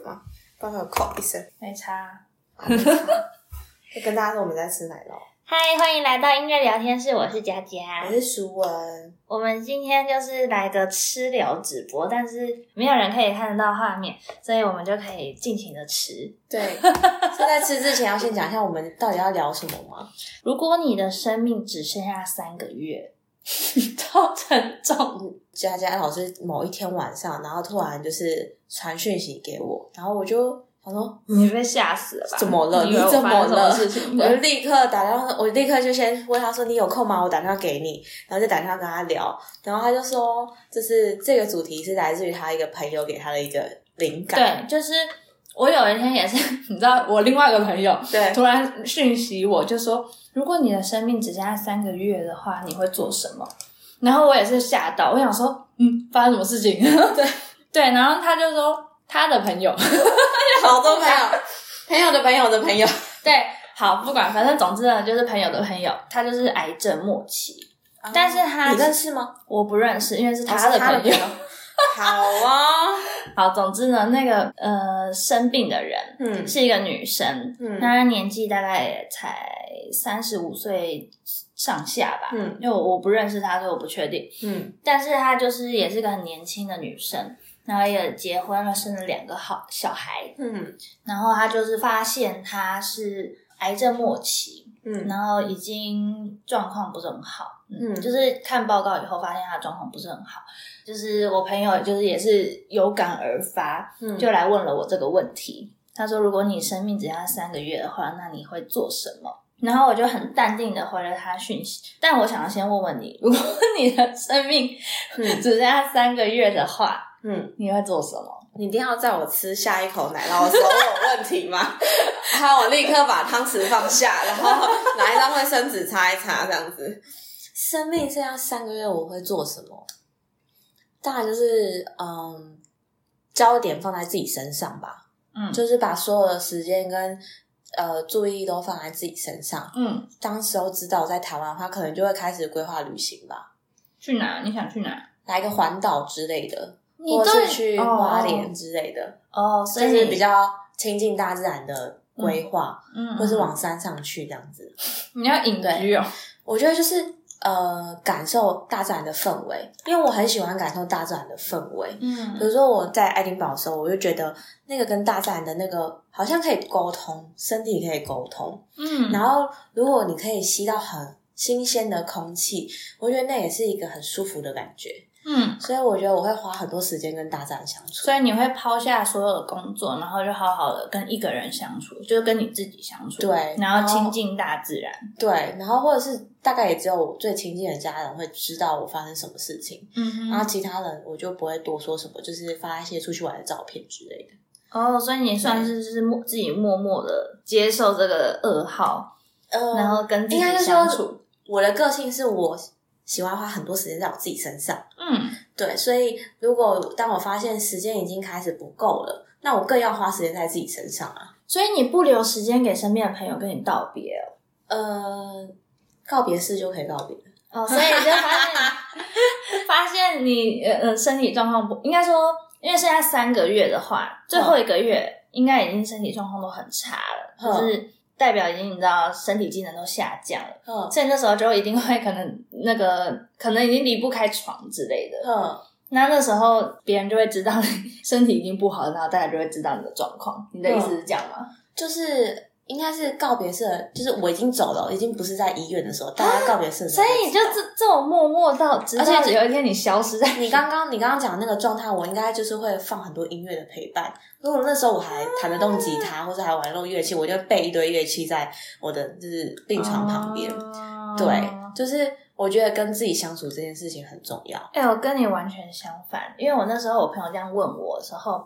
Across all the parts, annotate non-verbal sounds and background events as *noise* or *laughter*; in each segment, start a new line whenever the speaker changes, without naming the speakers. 不然会有口一声。
没差。
好没事就跟大家说我们在吃奶酪，
嗨，欢迎来到音乐聊天室，我是佳佳
我。是熟文，
我们今天就是来个吃聊直播，但是没有人可以看得到画面，所以我们就可以尽情的吃。
*laughs* 对，所以在吃之前要先讲一下我们到底要聊什么吗？
如果你的生命只剩下三个月， *laughs* 超沉重。
佳佳老师某一天晚上，然后突然就是传讯息给我，然后我就想说
你被吓死了吧？
怎么了？
你
你
以为我
怎
发生什
了？
事情
我就
了？
立刻打电话，我立刻就先问他说：“你有空吗？”我打电话给你，然后就打电话跟他聊，然后他就说，就是这个主题是来自于他一个朋友给他的一个灵
对，
感，
就是我有一天也是， *laughs* 你知道，我另外一个朋友
对
突然讯息我，就说如果你的生命只剩下三个月的话，你会做什么？然后我也是吓到，我想说，嗯，发生什么事情？ *laughs* 对对，然后他就说他的朋友， *laughs*
好多朋友，朋友的朋友的朋 *laughs* 友，
对，好，不管，反正总之呢，就是朋友的朋友，他就是癌症末期，但是他
哦你认识吗？哦
我不认识，因为是他的朋友。
好啊，
*laughs* 好，总之呢，那个呃生病的人，
嗯
是一个女生，
嗯
那她年纪大概也才三十五岁上下吧，
嗯
因为我我不认识她，所以我不确定。
嗯，
但是她就是也是个很年轻的女生，然后也结婚了，生了两个好小孩，
嗯
然后她就是发现她是癌症末期，
嗯
然后已经状况不是很好，
嗯
就是看报告以后发现她的状况不是很好，就是我朋友就是也是有感而发，
嗯，
就来问了我这个问题。他说：“如果你生命只剩下三个月的话，那你会做什么？”然后我就很淡定的回了他讯息，但我想要先问问你，如果你的生命
嗯
*laughs* 只剩下三个月的话，
嗯，
你会做什么？
你一定要在我吃下一口奶酪的时候问我问题 *laughs* 吗？还有我立刻把汤匙放下，然后拿一张卫生纸擦一擦，这样子。生命剩下三个月，我会做什么？当然就是嗯，焦点放在自己身上吧，
嗯
就是把所有的时间跟呃注意力都放在自己身上。
嗯，
当时候知道我在台湾的话，可能就会开始规划旅行吧，
去哪？你想去哪？
来个环岛之类的，
你
或
对
是去花莲之类的，
哦，哦所
这
以
是
你
比较亲近大自然的规划，
嗯，
或是往山上去这样子。
你要隐居哦，
我觉得就是呃，感受大自然的氛围，因为我很喜欢感受大自然的氛围。比
嗯
如说我在爱丁堡的时候，我就觉得那个跟大自然的那个好像可以沟通，身体可以沟通，
嗯，
然后，如果你可以吸到很新鲜的空气，我觉得那也是一个很舒服的感觉。
嗯，
所以我觉得我会花很多时间跟大自然相处。
所以你会抛下所有的工作，然后就好好的跟一个人相处，就是跟你自己相处，
对
然后
然
亲
后
近大自然，
对，然后或者是大概也只有我最亲近的家人会知道我发生什么事情，
嗯哼
然后其他人我就不会多说什么，就是发一些出去玩的照片之类的。
哦，所以你算是是默自己默默的接受这个噩耗，
呃，
然后跟自己
应该是
相
说
处。
我的个性是我喜欢花很多时间在我自己身上。
嗯
对，所以如果当我发现时间已经开始不够了，那我更要花时间在自己身上啊。
所以你不留时间给身边的朋友跟你道别哦，
呃，告别式就可以告别了。
哦所以你就发 *laughs* 现发现你呃呃身体状况不应该说，因为剩下三个月的话，最后一个月应该已经身体状况都很差了，
嗯
就是代表已经你知道身体机能都下降了，
嗯
所以那时候就一定会可能那个可能已经离不开床之类的，
嗯，
那那时候别人就会知道你身体已经不好，然后大家就会知道你的状况。你的意思是这样
嗯
吗？
就是应该是告别式的，就是我已经走了，已经不是在医院的时候，大家告别式的时
所
候。
以你就这这种默默到，直
而
到
且
有一天你消失
*laughs*
在
你刚刚你刚刚讲的那个状态，我应该就是会放很多音乐的陪伴。如果那时候我还弹得动吉他，或者还玩弄乐器，我就备一堆乐器在我的就是病床旁边。
哦
对，就是我觉得跟自己相处这件事情很重要。
哎、我跟你完全相反，因为我那时候我朋友这样问我的时候，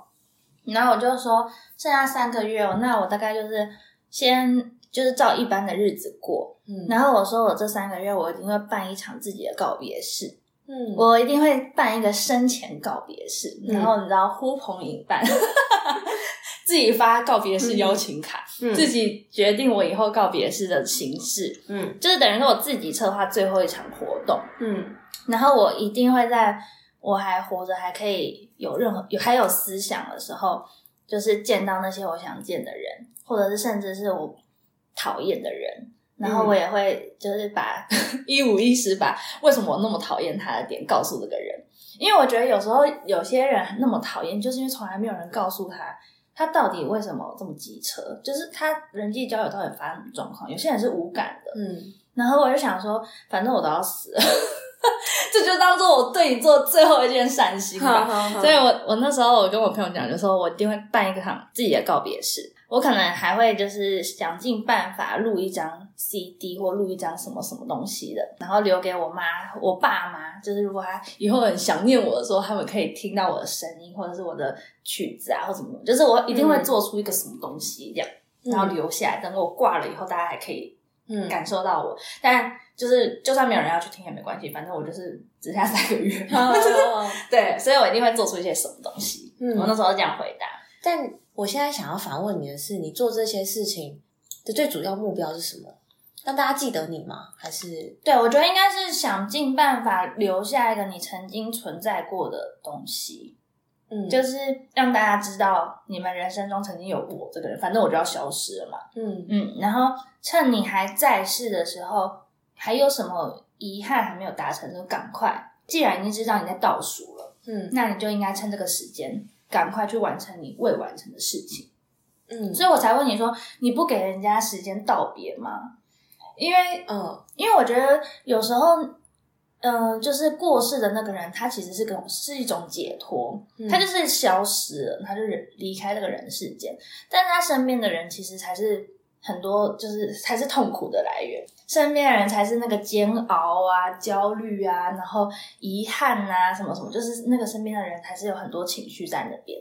然后我就说剩下三个月哦，那我大概就是先就是照一般的日子过。
嗯
然后我说我这三个月我一定会办一场自己的告别式，
嗯，
我一定会办一个生前告别式，
嗯
然后你知道呼朋引伴， *laughs* 自己发告别式邀请卡，
嗯
自己决定我以后告别式的形式，
嗯
就是等于说我自己策划最后一场活动，
嗯
然后我一定会在我还活着还可以有任何有还有思想的时候，就是见到那些我想见的人，或者是甚至是我讨厌的人，然后我也会就是把 *laughs* 一五一十把为什么我那么讨厌他的点告诉这个人，因为我觉得有时候有些人那么讨厌，就是因为从来没有人告诉他。他到底为什么这么机车？就是他人际交友到底发生什么状况？有些人是无感的，
嗯，
然后我就想说，反正我都要死了， *laughs* 这就当做我对你做最后一件善心吧。
好好
所以我我那时候我跟我朋友讲，就说我一定会办一个场自己的告别式，我可能还会就是想尽办法录一张 CD 或录一张什么什么东西的，然后留给我妈、我爸妈，就是如果他以后很想念我的时候，他们可以听到我的声音或者是我的曲子啊或什么，就是我一定会做出一个什么东西这样，然后留下来，等我挂了以后，大家还可以 *laughs*
嗯，
感受到我，但就是就算没有人要去听也没关系，反正我就是只剩下三个月。
哦
*laughs*
*laughs*
对，所以我一定会做出一些什么东西。
嗯
我那时候这样回答，
但我现在想要反问你的是，你做这些事情的最主要目标是什么？让大家记得你吗？还是
对我觉得应该是想尽办法留下一个你曾经存在过的东西，
嗯
就是让大家知道你们人生中曾经有我这个人，反正我就要消失了嘛。
嗯
嗯，然后趁你还在世的时候，还有什么遗憾还没有达成，就赶快。既然已经知道你在倒数了，
嗯
那你就应该趁这个时间赶快去完成你未完成的事情。
嗯
所以我才问你说，你不给人家时间道别吗？因为，
嗯
因为我觉得有时候，嗯、就是过世的那个人，他其实是跟是一种解脱，
嗯
他就是消失了，他就人离开这个人世间，但是他身边的人其实才是很多，就是才是痛苦的来源，身边的人才是那个煎熬啊、焦虑啊，然后遗憾啊，什么什么，就是那个身边的人才是有很多情绪在那边。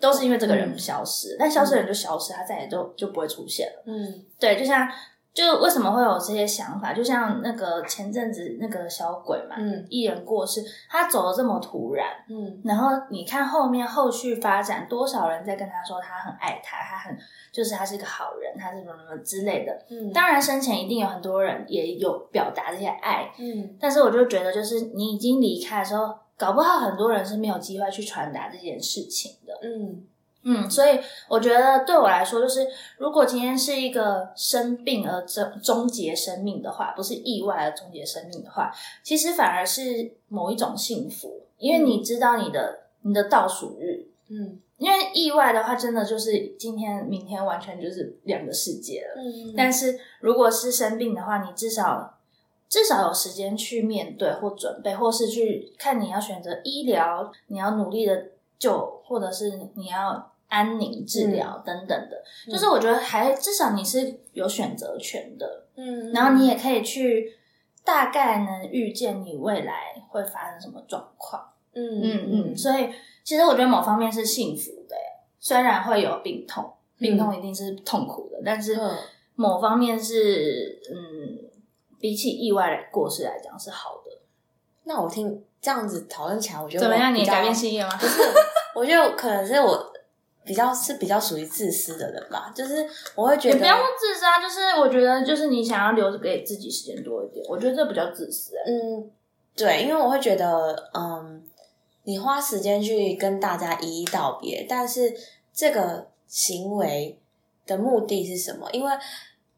都是因为这个人
嗯
消失，但消失的人就消失，他再也就就不会出现了。
嗯
对，就像就为什么会有这些想法？就像那个前阵子那个小鬼嘛，
嗯
艺人过世，他走的这么突然，
嗯
然后你看后面后续发展，多少人在跟他说他很爱他，他很就是他是一个好人，他是什么什么之类的。
嗯，
当然，生前一定有很多人也有表达这些爱，
嗯
但是我就觉得，就是你已经离开的时候，搞不好很多人是没有机会去传达这件事情的。
嗯
嗯，所以我觉得对我来说，就是如果今天是一个生病而终终结生命的话，不是意外而终结生命的话，其实反而是某一种幸福，因为你知道你的你的倒数日，
嗯
因为意外的话，真的就是今天、明天完全就是两个世界了。
嗯，
但是如果是生病的话，你至少至少有时间去面对或准备，或是去看你要选择医疗，你要努力的救，或者是你要安宁治疗等等的。
嗯
就是我觉得还至少你是有选择权的，
嗯，
然后你也可以去大概能预见你未来会发生什么状况。
嗯
嗯嗯，所以其实我觉得某方面是幸福的耶，虽然会有病痛，病痛一定是痛苦的，但是
嗯
某方面是嗯，比起意外来过世来讲是好的。
那我听这样子讨论起来，我觉得
怎么
我
样？
比
你
较
改变心意了吗？
我觉得可能是我比较是比较属于自私的人吧，就是我会觉
也
得
不要说自私啊，就是我觉得就是你想要留给自己时间多一点，我觉得这比较自私、欸。
嗯，对，因为我会觉得，嗯，你花时间去跟大家一一道别，但是这个行为的目的是什么？因为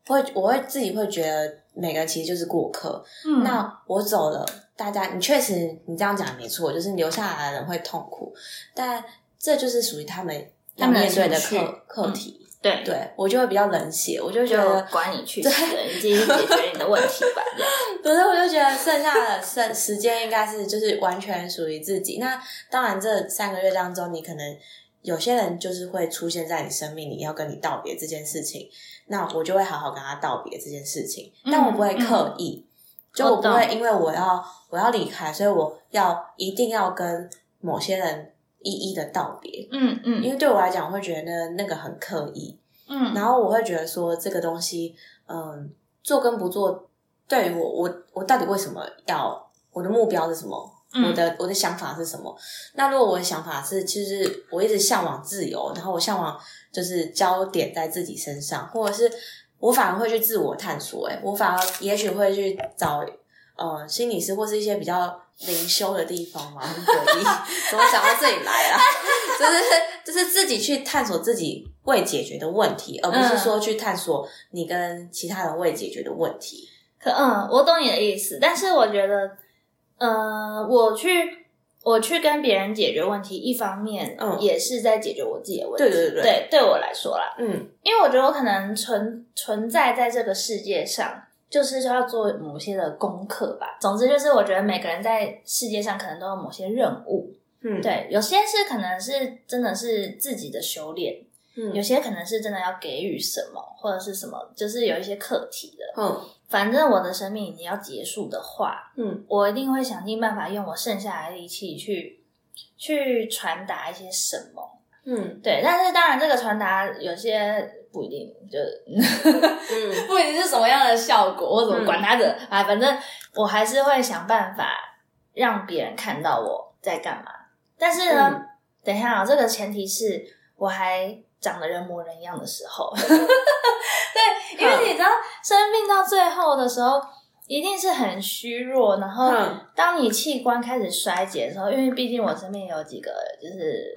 会，我会自己会觉得每个人其实就是过客。
嗯
那我走了，大家你确实你这样讲没错，就是留下来的人会痛苦，但这就是属于他们
他
要
们的
面对的
情绪
课课题。
对，
对我就会比较冷血，我就会觉
就
得
管你去死，你自己去解决你的问题
*laughs*
吧。这样
可是我就觉得剩下的剩时间应该是就是完全属于自己。那当然，这三个月当中，你可能有些人就是会出现在你生命里，要跟你道别这件事情。那我就会好好跟他道别这件事情，
嗯
但我不会刻意，就我不
我
会
懂
因为我要我要离开，所以我要一定要跟某些人一一的道别。
嗯
因
嗯
为对我来讲，我会觉得那个很刻意。
嗯，
然后我会觉得说这个东西，嗯，做跟不做，对于我，我我到底为什么要我的目标是什么？
嗯
我的我的想法是什么？那如果我的想法是，其实我一直向往自由，然后我向往就是焦点在自己身上，或者是我反而会去自我探索、欸，我反而也许会去找呃心理师或是一些比 *laughs* 啊较灵修的地方嘛，很诡异，怎么讲到这里来啦？就是就是就是自己去探索自己未解决的问题，而不
嗯
是说去探索你跟其他人未解决的问题。
可嗯，我懂你的意思，但是我觉得，呃，我去我去跟别人解决问题，一方面
嗯
也是在解决我自己的问题。
对对对
对对我来说啦，
嗯，
因为我觉得我可能存存在在这个世界上，就是要做某些的功课吧。总之就是，我觉得每个人在世界上可能都有某些任务，
嗯，
对，有些是可能是真的是自己的修炼，有
嗯，
些可能是真的要给予什么或者是什么，就是有一些课题的。
嗯，
反正我的生命已经要结束的话，
嗯，
我一定会想尽办法用我剩下来的力气去去传达一些什么。
嗯，
对，但是当然，这个传达有些不一定就
嗯，
不一定是什么样的效果，我怎么
嗯
管他的、啊？反正我还是会想办法让别人看到我在干嘛。但是呢，
嗯
等一下啊、这个前提是我还长得人模人样的时候。 *laughs* 对，因为你知道，生病到最后的时候。一定是很虚弱，然后
嗯
当你器官开始衰竭的时候，因为毕竟我身边有几个就是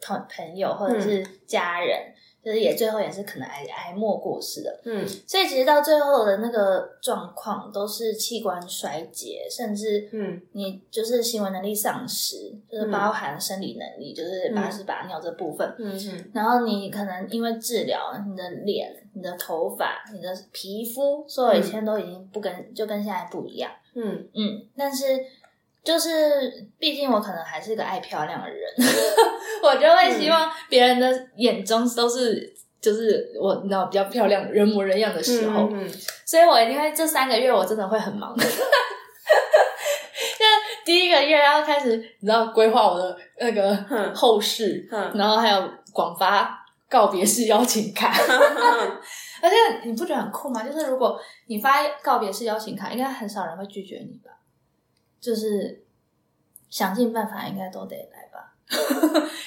朋朋友
嗯
或者是家人，就是也最后也是可能癌癌末过世的，
嗯，
所以其实到最后的那个状况都是器官衰竭，甚至
嗯
你就是行为能力丧失，就是
嗯
包含生理能力，就是
嗯
把屎把尿这部分。
嗯，
然后你可能因为治疗，你的脸、你的头发、你的皮肤，所有一切都已经不跟就跟现在不一样。
嗯，
嗯，但是就是毕竟我可能还是个爱漂亮的人， *laughs* 我就会希
嗯
望别人的眼中都是。就是我，你知道比较漂亮、人模人样的时候，
嗯，
所以我一定会这三个月我真的会 *laughs* 很忙。就第一个月要开始，你知道规划我的那个
嗯
后事，
嗯
然后还有广发告别式邀请卡。 *laughs* 而且你不觉得很酷吗？就是如果你发告别式邀请卡，应该很少人会拒绝你吧？就是想尽办法，应该都得来吧。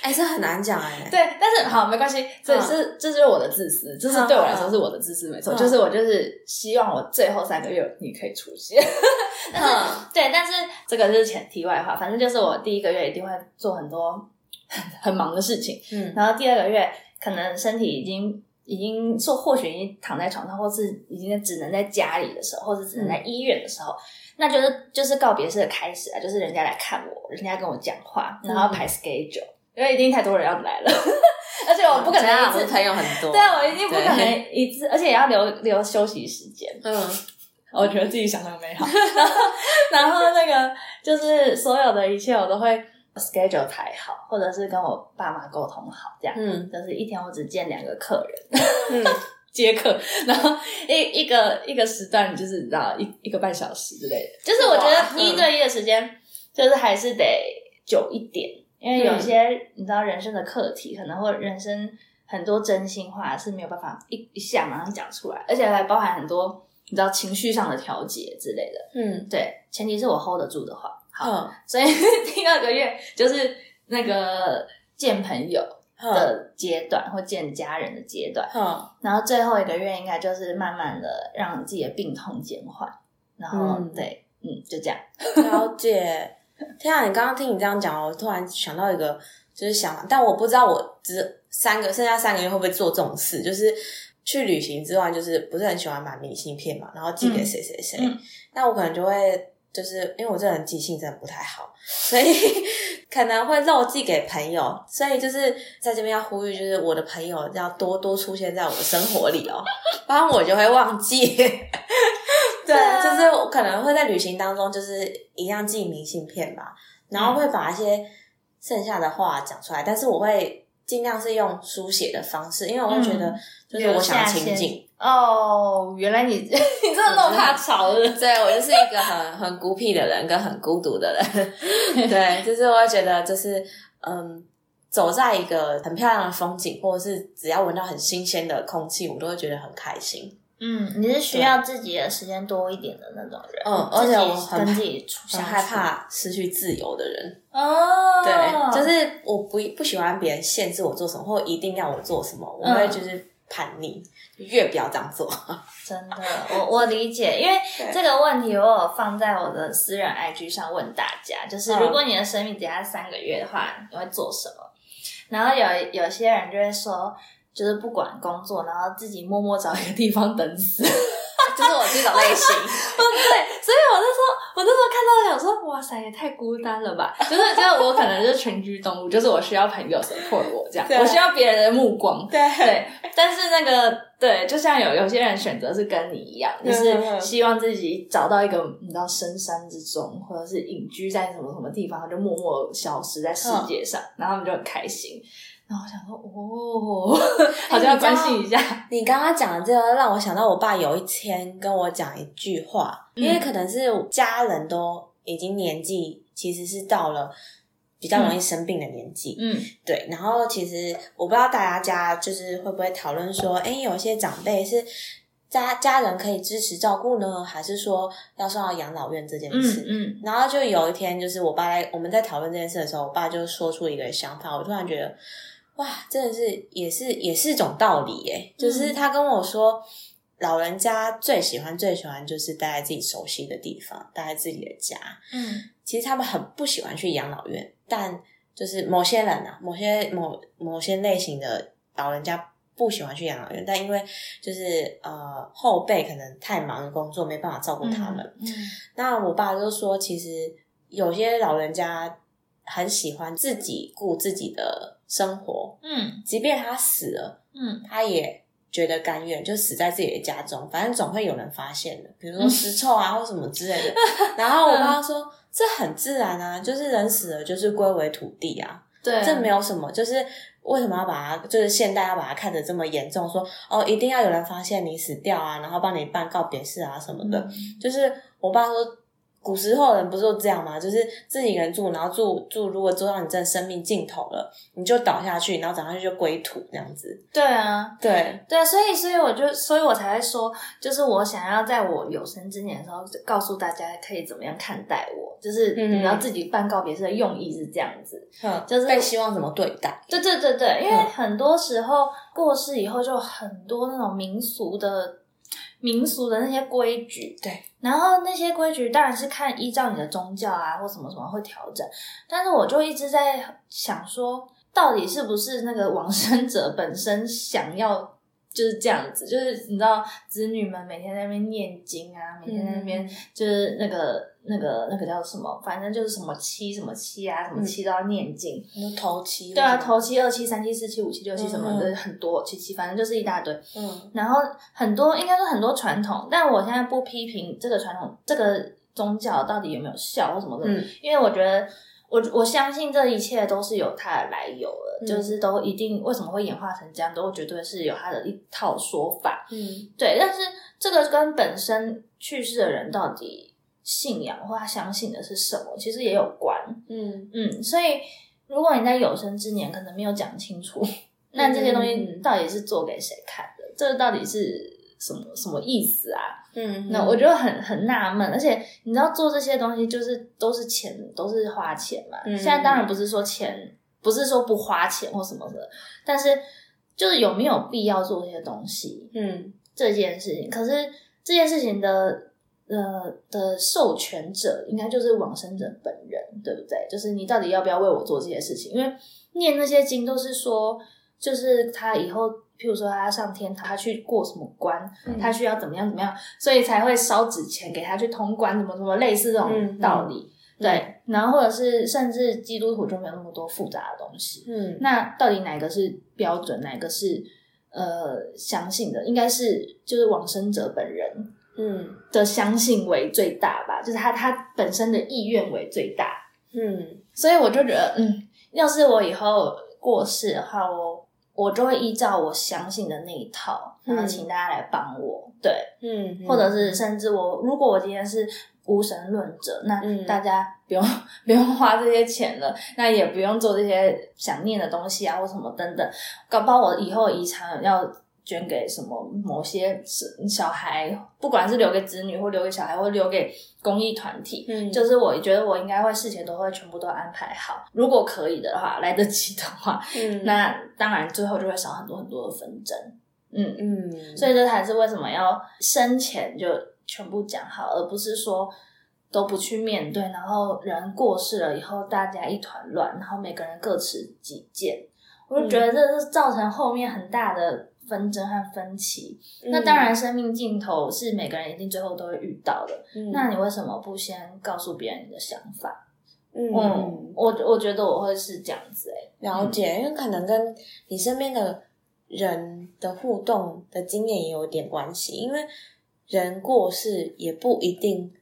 哎，这很难讲哎。
对，但是好没关系，这是、这就是我的自私，这是对我来说是我的自私，没错。
嗯
就是我就是希望我最后三个月你可以出现。
嗯
对，但是这个是前题外话，反正就是我第一个月一定会做很多很忙的事情，
嗯
然后第二个月可能身体已经已经说或许已经躺在床上，或是已经只能在家里的时候，或是只能在
嗯
医院的时候，那就是就是告别式的开始啊，就是人家来看我，人家跟我讲话，然
嗯
后排 schedule，、因为一定太多人要来了，而且我不可能
哦这样
一
我们
次，
朋友很多。
对啊，我一定不可
对。
能一次，而且也要留留休息时间。
嗯
我哦觉得自己想的很美好。 *laughs* 然后那个就是所有的一切我都会 schedule 排好，或者是跟我爸妈沟通好，这样。
嗯
就是一天我只见两个客人
嗯
接客， *laughs* 然后一一个一个时段就是你知道一一个半小时之类的，就是我觉
哇
得
嗯
一对一的时间就是还是得久一点，因为有些、你知道人生的课题，可能或人生很多真心话是没有办法一一下马上讲出来，而且还包含很多你知道情绪上的调节之类的。
嗯
对，前提是我 hold 得住的话，好，
嗯
所以第二个月就是那个见朋友，
嗯
的阶段或见家人的阶段，
嗯，
然后最后一个月应该就是慢慢的让自己的病痛减缓，然后、
嗯
对，嗯，就这样，
了解。天啊，你刚刚听你这样讲，我突然想到一个，就是想法，但我不知道我只三个剩下三个月会不会做这种事，就是去旅行之外，就是不是很喜欢买明信片嘛，然后寄给谁谁谁，
嗯嗯
那我可能就会。就是因为我这人记性真的不太好，所以 *laughs* 可能会漏寄给朋友，所以就是在这边要呼吁，就是我的朋友要多多出现在我的生活里
*laughs*
哦，不然我就会忘记。 *laughs* 对，
啊
就是我可能会在旅行当中，就是一样寄明信片吧，然后会把一些剩下的话讲出来，但是我会尽量是用书写的方式，因为我会觉得
嗯
就是我想要
留
亲
下
近。
哦，原来
*laughs*
你你真的那么怕吵的，
嗯对我就是一个很 *laughs* 很孤僻的人，跟很孤独的人。 *laughs* 对，就是我会觉得就是嗯。走在一个很漂亮的风景，或者是只要闻到很新鲜的空气，我都会觉得很开心。
嗯，你是需要自己的时间多一点的那种人，
嗯，而且我
自己
很
跟自己处
很
相
害
处
怕失去自由的人。
哦，
对，就是我不不喜欢别人限制我做什么，或一定要我做什么，我会
嗯
就是叛逆，越不要这样做。 *laughs*
真的，我我理解，因为这
对
个问题我有放在我的私人 IG 上问大家，就是
嗯
如果你的生命只剩下三个月的话，你会做什么？然后有有些人就会说，就是不管工作，然后自己默默找一个地方等死。
就是我这种类
*laughs*
型，
哦，对，所以我那时候，我那时候看到想说，哇塞，也太孤单了吧！就是就是我可能就是群居动物，就是我需要朋友 support 我这样，
对
我需要别人的目光。
对，
*laughs* 对，但是那个对，就像有有些人选择是跟你一样，就
嗯嗯
是
嗯
希望自己找到一个你知道深山之中，或者是隐居在什么什么地方，就默默消失在世界上，
嗯
然后他们就很开心。然后我想说，哦，
*laughs*
好像要关心一下，
你刚刚讲的这个让我想到，我爸有一天跟我讲一句话，
嗯
因为可能是家人都已经年纪其实是到了比较容易生病的年纪，
嗯
对。然后其实我不知道大家就是会不会讨论说，哎，有些长辈是家家人可以支持照顾呢，还是说要送到养老院这件事？
嗯
然后就有一天，就是我爸在我们在讨论这件事的时候，我爸就说出一个想法，我突然觉得，哇，真的是也是也是一种道理耶。就是他跟我说，老人家最喜欢最喜欢就是待在自己熟悉的地方，待在自己的家。
嗯
其实他们很不喜欢去养老院，但就是某些人啊，某些某某些类型的老人家不喜欢去养老院，但因为就是呃后辈可能太忙工作，没办法照顾他们。
嗯
那我爸就说，其实有些老人家很喜欢自己顾自己的生活，
嗯
即便他死了，
嗯
他也觉得甘愿，就死在自己的家中，反正总会有人发现的，比如说尸臭啊或什么之类的。然后我爸说，这很自然啊，就是人死了就是归为土地啊。
对，
这没有什么，就是为什么要把它，就是现代要把它看得这么严重，说哦，一定要有人发现你死掉啊，然后帮你办告别式啊什么的。
嗯
就是我爸说，古时候人不是都这样吗？就是自己一个人住，然后住住，如果住到你真的生命尽头了，你就倒下去，然后倒下去就归土这样子。
对啊，
对，
对，所以所以我就，所以我才会说，就是我想要在我有生之年的时候，告诉大家可以怎么样看待我，就是
嗯
你要自己办告别式的用意是这样子。
哼，
就是
嗯被希望怎么对待？
对对对对，因为
嗯
很多时候过世以后，就很多那种民俗的民俗的那些规矩，
对，
然后那些规矩当然是看依照你的宗教啊或什么什么会调整，但是我就一直在想说，到底是不是那个往生者本身想要就是这样子？就是你知道，子女们每天在那边念经啊，每天在那
嗯
边就是那个那个那个叫什么，反正就是什么七什么七啊，什
嗯
么七都要念经。
你说头七？
对啊，头七、二七、三七、四七、五七、六七什么的、
嗯
很多，七七反正就是一大堆。
嗯
然后很多应该说很多传统，但我现在不批评这个传统，这个宗教到底有没有效或什么的，
嗯
因为我觉得我我相信这一切都是有它的来由的，
嗯
就是都一定为什么会演化成这样，都绝对是有它的一套说法。
嗯
对，但是这个跟本身去世的人到底信仰或他相信的是什么，其实也有关。
嗯，
嗯，所以如果你在有生之年可能没有讲清楚，那这些东西
嗯
到底是做给谁看的？这到底是什么什么意思啊？
嗯
那我就很很纳闷，而且你知道做这些东西就是都是钱，都是花钱嘛。
嗯
现在当然不是说钱，不是说不花钱或什么的，但是就是有没有必要做这些东西
嗯
这件事情？可是这件事情的。呃的授权者应该就是往生者本人，对不对？就是你到底要不要为我做这些事情？因为念那些经都是说，就是他以后，譬如说他上天堂，他去过什么关，
嗯
他需要怎么样怎么样，所以才会烧纸钱给他去通关，怎么怎么类似这种
嗯
道理。
嗯
对，然后或者是甚至基督徒就没有那么多复杂的东西。
嗯
那到底哪个是标准，哪个是呃相信的？应该是就是往生者本人
嗯
的相信为最大吧，就是他他本身的意愿为最大。
嗯
所以我就觉得，嗯，要是我以后过世的话，我我就会依照我相信的那一套，
嗯
然后请大家来帮我，对，
嗯，
或者是甚至我如果我今天是无神论者，那
嗯
大家不用、 *laughs* 不用花这些钱了，那也不用做这些想念的东西啊或什么等等，搞不好我以后遗产要。捐给什么某些小孩，不管是留给子女，或留给小孩，或留给公益团体，
嗯
就是我觉得我应该会事前都会全部都安排好，如果可以的话，来得及的话，
嗯
那当然最后就会少很多很多的纷争。嗯，
嗯，
所以这才是为什么要生前就全部讲好，而不是说。都不去面对，然后人过世了以后，大家一团乱，然后每个人各持己见，我就觉
嗯
得这是造成后面很大的纷争和分歧。那
嗯
当然，生命尽头是每个人一定最后都会遇到的。
嗯，
那你为什么不先告诉别人你的想法？
嗯
嗯，我我觉得我会是这样子哎、
了解，因为可能跟你身边的人的互动的经验也有点关系，因为人过世也不一定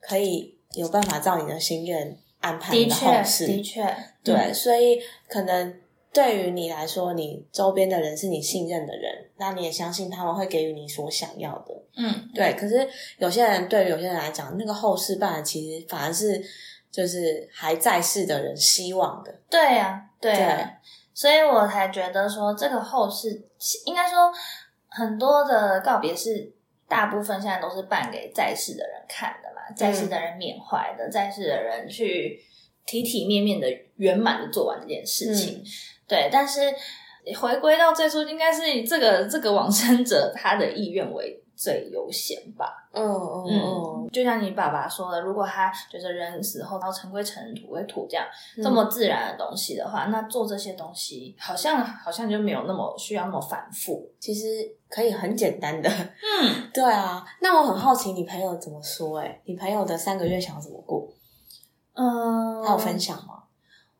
可以有办法照你的心愿安排你
的
的后
确，
事，
的确，
对，
嗯
所以可能对于你来说，你周边的人是你信任的人，那你也相信他们会给予你所想要的，
嗯，
对，可是有些人对于有些人来讲，那个后事办的其实反而是就是还在世的人希望的，
对呀、对呀、
对
所以我才觉得说这个后事，应该说很多的告别是大部分现在都是办给在世的人看的
嗯
嘛，在世的人缅怀的，在世的人去体体面面的圆满的做完这件事情。
嗯
对，但是回归到最初，应该是以这个这个往生者他的意愿为最优先吧。
嗯嗯嗯，
就像你爸爸说的，如果他觉得人死后然后尘归尘，土归土这样这么自然的东西的话，那做这些东西好像好像就没有那么需要那么反复。
其实可以很简单的。
嗯，
*laughs* 对啊，那我很好奇你朋友怎么说、欸？哎，你朋友的三个月想怎么过？
嗯，
他有分享吗？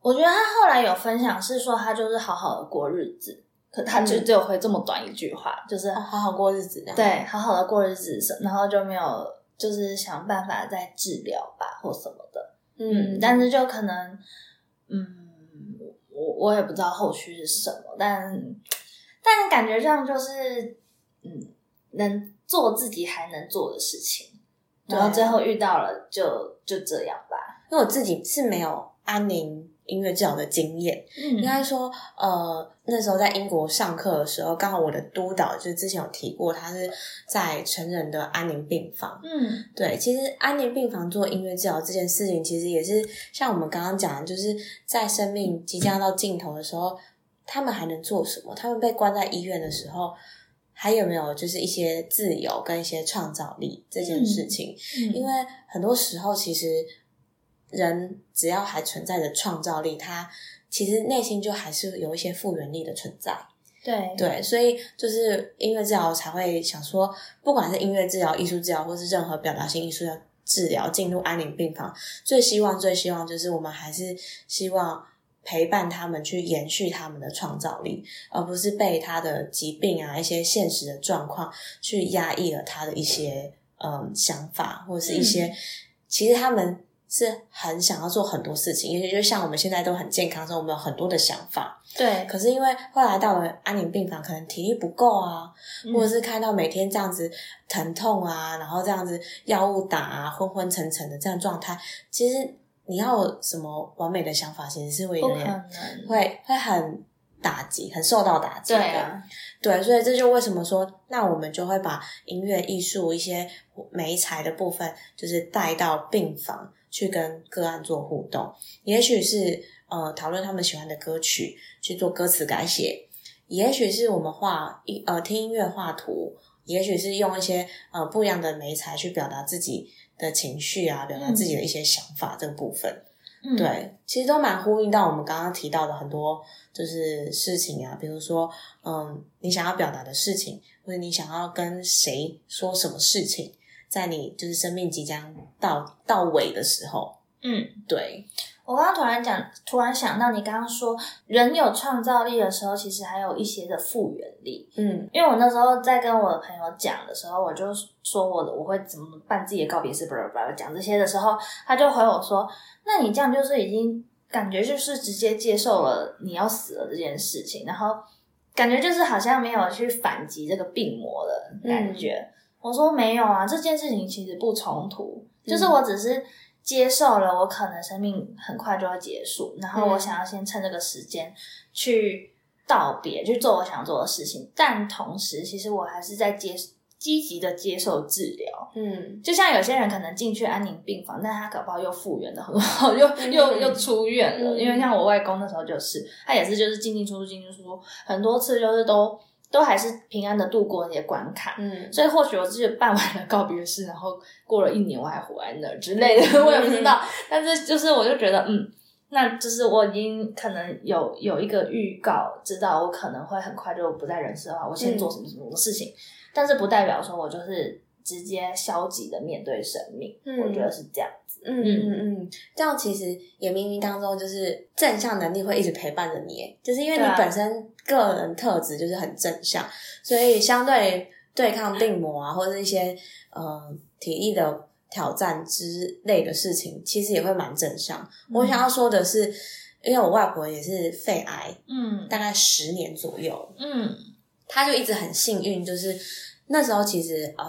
我觉得他后来有分享是说他就是好好的过日子，可他就
嗯
只有会这么短一句话，就是
哦，好好过日子这样。，
对，好好的过日子，然后就没有就是想办法再治疗吧或什么的。嗯，但是就可能，嗯，我我也不知道后续是什么，但但感觉上就是，嗯，能做自己还能做的事情，然后
对
最后遇到了就就这样吧。
因为我自己是没有安宁音乐治疗的经验，应
嗯
该说，呃，那时候在英国上课的时候，刚好我的督导就是之前有提过，他是在成人的安宁病房。
嗯
对，其实安宁病房做音乐治疗这件事情，其实也是像我们刚刚讲的，就是在生命即将到尽头的时候，他们还能做什么？他们被关在医院的时候，还有没有就是一些自由跟一些创造力这件事情？
嗯
因为很多时候，其实人只要还存在着创造力，他其实内心就还是有一些复原力的存在。
对
对，所以就是音乐治疗才会想说，不管是音乐治疗、艺术治疗，或是任何表达性艺术的治疗，进入安宁病房，最希望、最希望就是我们还是希望陪伴他们去延续他们的创造力，而不是被他的疾病啊、一些现实的状况去压抑了他的一些嗯想法，或是一些、其实他们。是很想要做很多事情，因为就像我们现在都很健康，所以我们有很多的想法，
对，
可是因为后来到了安宁病房，可能体力不够啊，或
嗯
者是看到每天这样子疼痛啊，然后这样子药物打啊，昏昏沉沉的这样状态，其实你要有什么完美的想法，其实是会
不
有
可
点
能，
会会很打击，很受到打击
对
的。
啊，
对，所以这就为什么说，那我们就会把音乐、艺术一些美材的部分，就是带到病房去跟个案做互动。也许是呃讨论他们喜欢的歌曲，去做歌词改写；也许是我们画音呃听音乐画图，也许是用一些呃不一样的美材去表达自己的情绪啊，表达自己的一些想法这个部分。
嗯，
对，其实都蛮呼应到我们刚刚提到的很多就是事情啊，比如说，嗯，你想要表达的事情，或者你想要跟谁说什么事情，在你就是生命即将到到尾的时候，
嗯。
对，
我刚刚突然讲，突然想到你刚刚说人有创造力的时候，其实还有一些的复原力。
嗯
因为我那时候在跟我的朋友讲的时候，我就说我我会怎么办自己的告别式，巴拉巴拉讲这些的时候，他就回我说：“那你这样就是已经感觉就是直接接受了你要死了这件事情，然后感觉就是好像没有去反击这个病魔的感觉。我说没有啊，这件事情其实不冲突，就是
嗯
我只是接受了我可能生命很快就要结束，然后我
嗯
想要先趁这个时间去道别，去做我想做的事情，但同时其实我还是在接积极的接受治疗。
嗯
就像有些人可能进去安宁病房，但他搞不好又复原的很好，又 *laughs*
嗯
又又出院了。
嗯
因为像我外公那时候就是，他也是就是进进出出进进出出很多次，就是都都还是平安的度过那些关卡。
嗯，
所以或许我就是办完了告别式，然后过了一年我还活在那儿之类的， *laughs* 我也不知道。但是就是我就觉得，嗯，那就是我已经可能有有一个预告，知道我可能会很快就不在人世的话，我先做什么什么事情。但是不代表说我就是直接消极的面对生命，
嗯
我觉得是这样。
嗯嗯嗯，这样其实也冥冥当中就是正向能力会一直陪伴着你耶，就是因为你
对啊
本身个人特质就是很正向，所以相对对抗病魔啊，或者是一些呃体力的挑战之类的事情，其实也会蛮正向。我
嗯
想要说的是，因为我外婆也是肺癌，
嗯
大概十年左右，
嗯
他就一直很幸运，就是那时候其实呃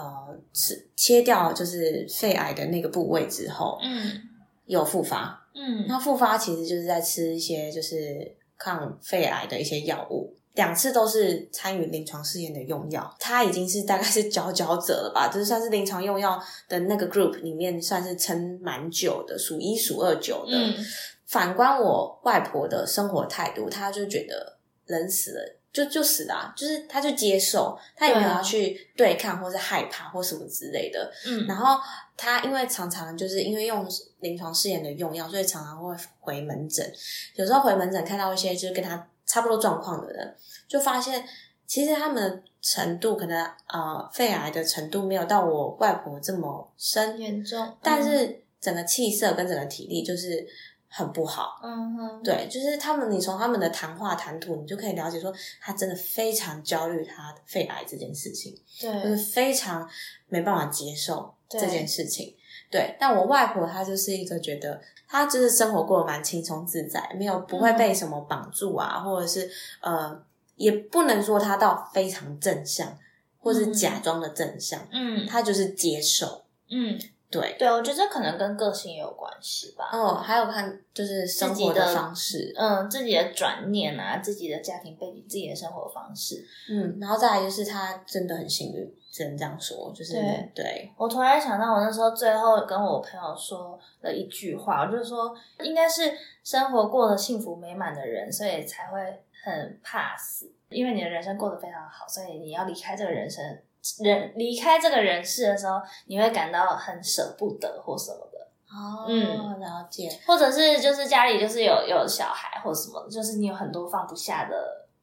是切掉就是肺癌的那个部位之后
嗯
有复发，
嗯
那复发其实就是在吃一些就是抗肺癌的一些药物。两次都是参与临床试验的用药，他已经是大概是佼佼者了吧，就是算是临床用药的那个 group 里面算是撑蛮久的，数一数二九的。
嗯
反观我外婆的生活态度，她就觉得人死了就就死了、啊，就是她就接受，她也没有
对啊
要去对抗或是害怕或什么之类的。
嗯
然后她因为常常就是因为用临床试验的用药，所以常常会回门诊。有时候回门诊看到一些就是跟她差不多状况的人，就发现其实他们的程度可能呃肺癌的程度没有到我外婆这么深，
严重，
但是整个气色跟整个体力就是很不好。
嗯哼，
对，就是他们，你从他们的谈话谈吐，你就可以了解说，他真的非常焦虑他肺癌这件事情，就是
对
非常没办法接受
对
这件事情。对，但我外婆她就是一个觉得，她就是生活过得蛮轻松自在，没有不会被什么绑住啊，或者是呃，也不能说她到非常正向，或是
嗯
假装的正向，
嗯
她就是接受。
嗯，
对，
对，我觉得这可能跟个性也有关系吧。
哦，还有看就是生
己
活的
的
方式，
嗯，自己的转念啊，自己的家庭背景，自己的生活方式。
嗯，然后再来就是他真的很幸运，只能这样说，就是
对
对
我突然想到，我那时候最后跟我朋友说了一句话，我就说，应该是生活过得幸福美满的人，所以才会很怕死，因为你的人生过得非常好，所以你要离开这个人生人离开这个人世的时候，你会感到很舍不得或什么的。
哦
嗯
了解
或者是就是家里就是有有小孩或什么的，就是你有很多放不下的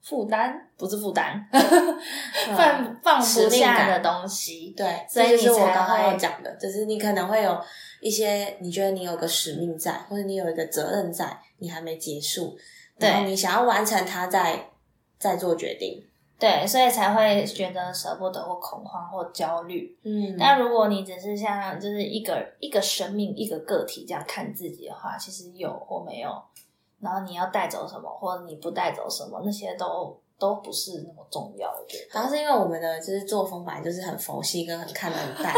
负担，不是负担， *laughs* 放放
使
不
命感
下的东西。
对，
所以
这
你
就是我
才
刚刚要
会
讲的，就是你可能会有一些你觉得你有个使命在，或者你有一个责任在，你还没结束，
对
然后你想要完成它再再做决定，
对，所以才会觉得舍不得或恐慌或焦虑。
嗯
但如果你只是像就是一个一个生命一个个体这样看自己的话，其实有或没有，然后你要带走什么或者你不带走什么，那些都都不是那么重要。我觉得
主要是因为我们的就是作风本来就是很佛系跟很看
*laughs*
得很淡，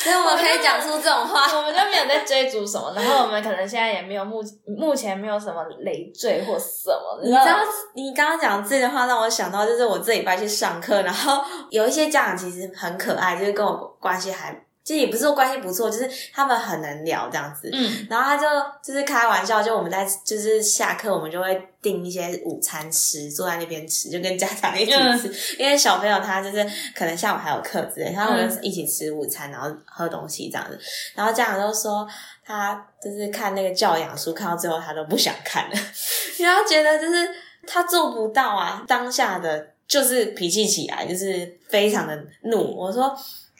所以我们可以讲出这种话。
我们就没有在追逐什么，然后我们可能现在也没有目目前没有什么累赘或什么，
你
知
知道
道？，
你刚刚讲这句话让我想到，就是我这礼拜去上课，然后有一些家长其实很可爱，就是跟我关系还，就也不是说关系不错，就是他们很能聊这样子。
嗯
然后他就就是开玩笑，就我们在就是下课，我们就会订一些午餐吃，坐在那边吃，就跟家长一起吃，因为小朋友他就是可能下午还有课之类，然后我们就一起吃午餐，然后喝东西这样子。然后家长都说他就是看那个教养书，看到最后他都不想看了， *laughs* 因为他觉得就是他做不到啊，当下的就是脾气起来，就是非常的怒。我说。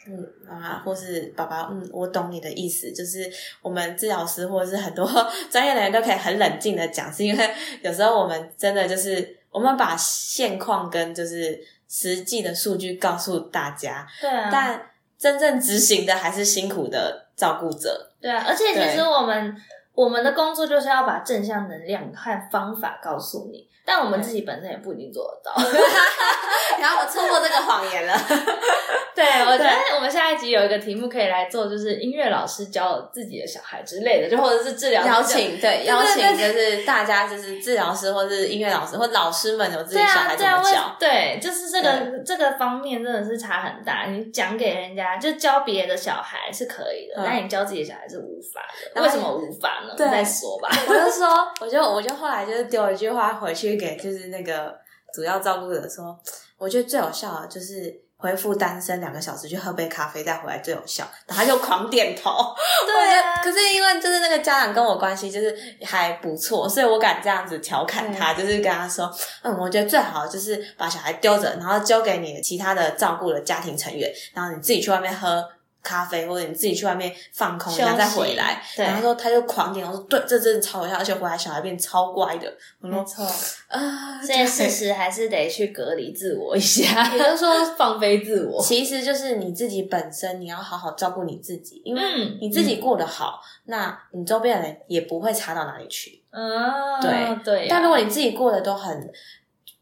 嗯，妈妈或是爸爸，嗯，我懂你的意思，就是我们治疗师或者是很多 *laughs* 专业的人都可以很冷静的讲，是因为有时候我们真的就是我们把现况跟就是实际的数据告诉大家，
对啊，
但真正执行的还是辛苦的照顾者。
对啊，而且其实
对
我们我们的工作就是要把正向能量和方法告诉你，但我们自己本身也不一定做得到。
*laughs* 然后我戳破这个谎言了。
*laughs* 对，我觉得我们下一集有一个题目可以来做，就是音乐老师教自己的小孩之类的，就或者是治疗师
*laughs* 邀
教。
请对邀
对
请就是大家就是治疗师或是音乐老师或老师们有自己
对
小
啊，
孩
对
怎
啊，
么
为
教。
对，就是这个这个方面真的是差很大。你讲给人家，就教别的小孩是可以的，
嗯
但你教自己的小孩是无法的。
然
为
后
什么无法呢？
对
再说吧。
*laughs* 我就说，我就我就后来就是丢一句话回去给就是那个主要照顾者说，我觉得最有效的就是回复单身两个小时去喝杯咖啡再回来最有效，然后他就狂点头。
对啊
我就可是因为就是那个家长跟我关系就是还不错，所以我敢这样子调侃他，就是跟他说，嗯，我觉得最好就是把小孩丢着，然后交给你其他的照顾的家庭成员，然后你自己去外面喝。咖啡，或者你自己去外面放空，然后再回来。
休息对
然后说他就狂点，我说对，这真的超有效，而且回来小孩变超乖的。我说
没错，
啊，
嗯这些事实还是得去隔离自我一下，
也就是说
放飞自我。
其实就是你自己本身，你要好好照顾你自己，因为
嗯
你自己过得好，那你周边的人也不会差到哪里去。
嗯，
对
对啊。
但如果你自己过得都很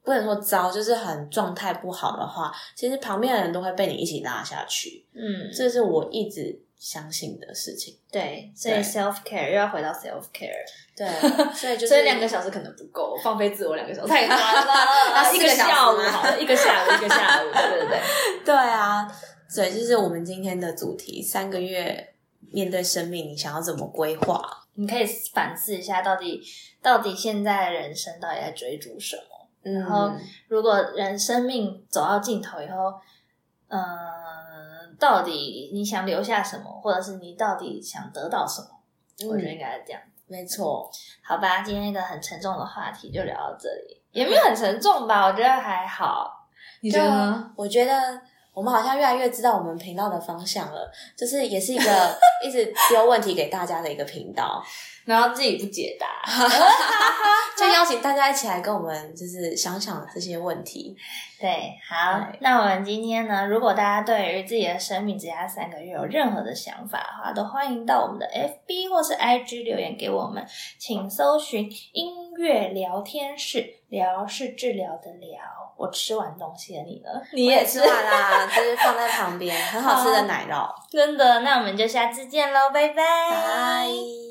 不能说糟，就是很状态不好的话，其实旁边的人都会被你一起拉下去。
嗯，
这是我一直相信的事情。
对，所以
对
self care 又要回到 self care，
对，所以
*laughs*
就是
所以两个小时可能不够，放飞自我两个小时太夸张 *laughs*
啊
了，一
四
个
个小时
下午
吗
好了，一个下午，一个下午，对 *laughs* 不对？
对啊，所以就是我们今天的主题：三个月面对生命，你想要怎么规划？
你可以反思一下，到底到底现在的人生到底在追逐什么？
嗯
然后如果人生命走到尽头以后，嗯、到底你想留下什么，或者是你到底想得到什么？我觉得应该是这样。
没错，
好吧，今天一个很沉重的话题就聊到这里，也没有很沉重吧，我觉得还好。你
对啊？我觉得我们好像越来越知道我们频道的方向了，就是也是一个 *laughs* 一直丢问题给大家的一个频道，
然后自己不解答，
就邀请大家一起来跟我们就是想想这些问题。
对，好
对，
那我们今天呢，如果大家对于自己的生命只剩下三个月有任何的想法的话，都欢迎到我们的 FB 或是 IG 留言给我们，请搜寻“音乐聊天室”，聊是治疗的聊。我吃完东西了，你呢？你
你
*laughs*
也吃完啦，就是放在旁边，很好吃的奶酪。
真的？那我们就下次见喽，拜拜。
拜。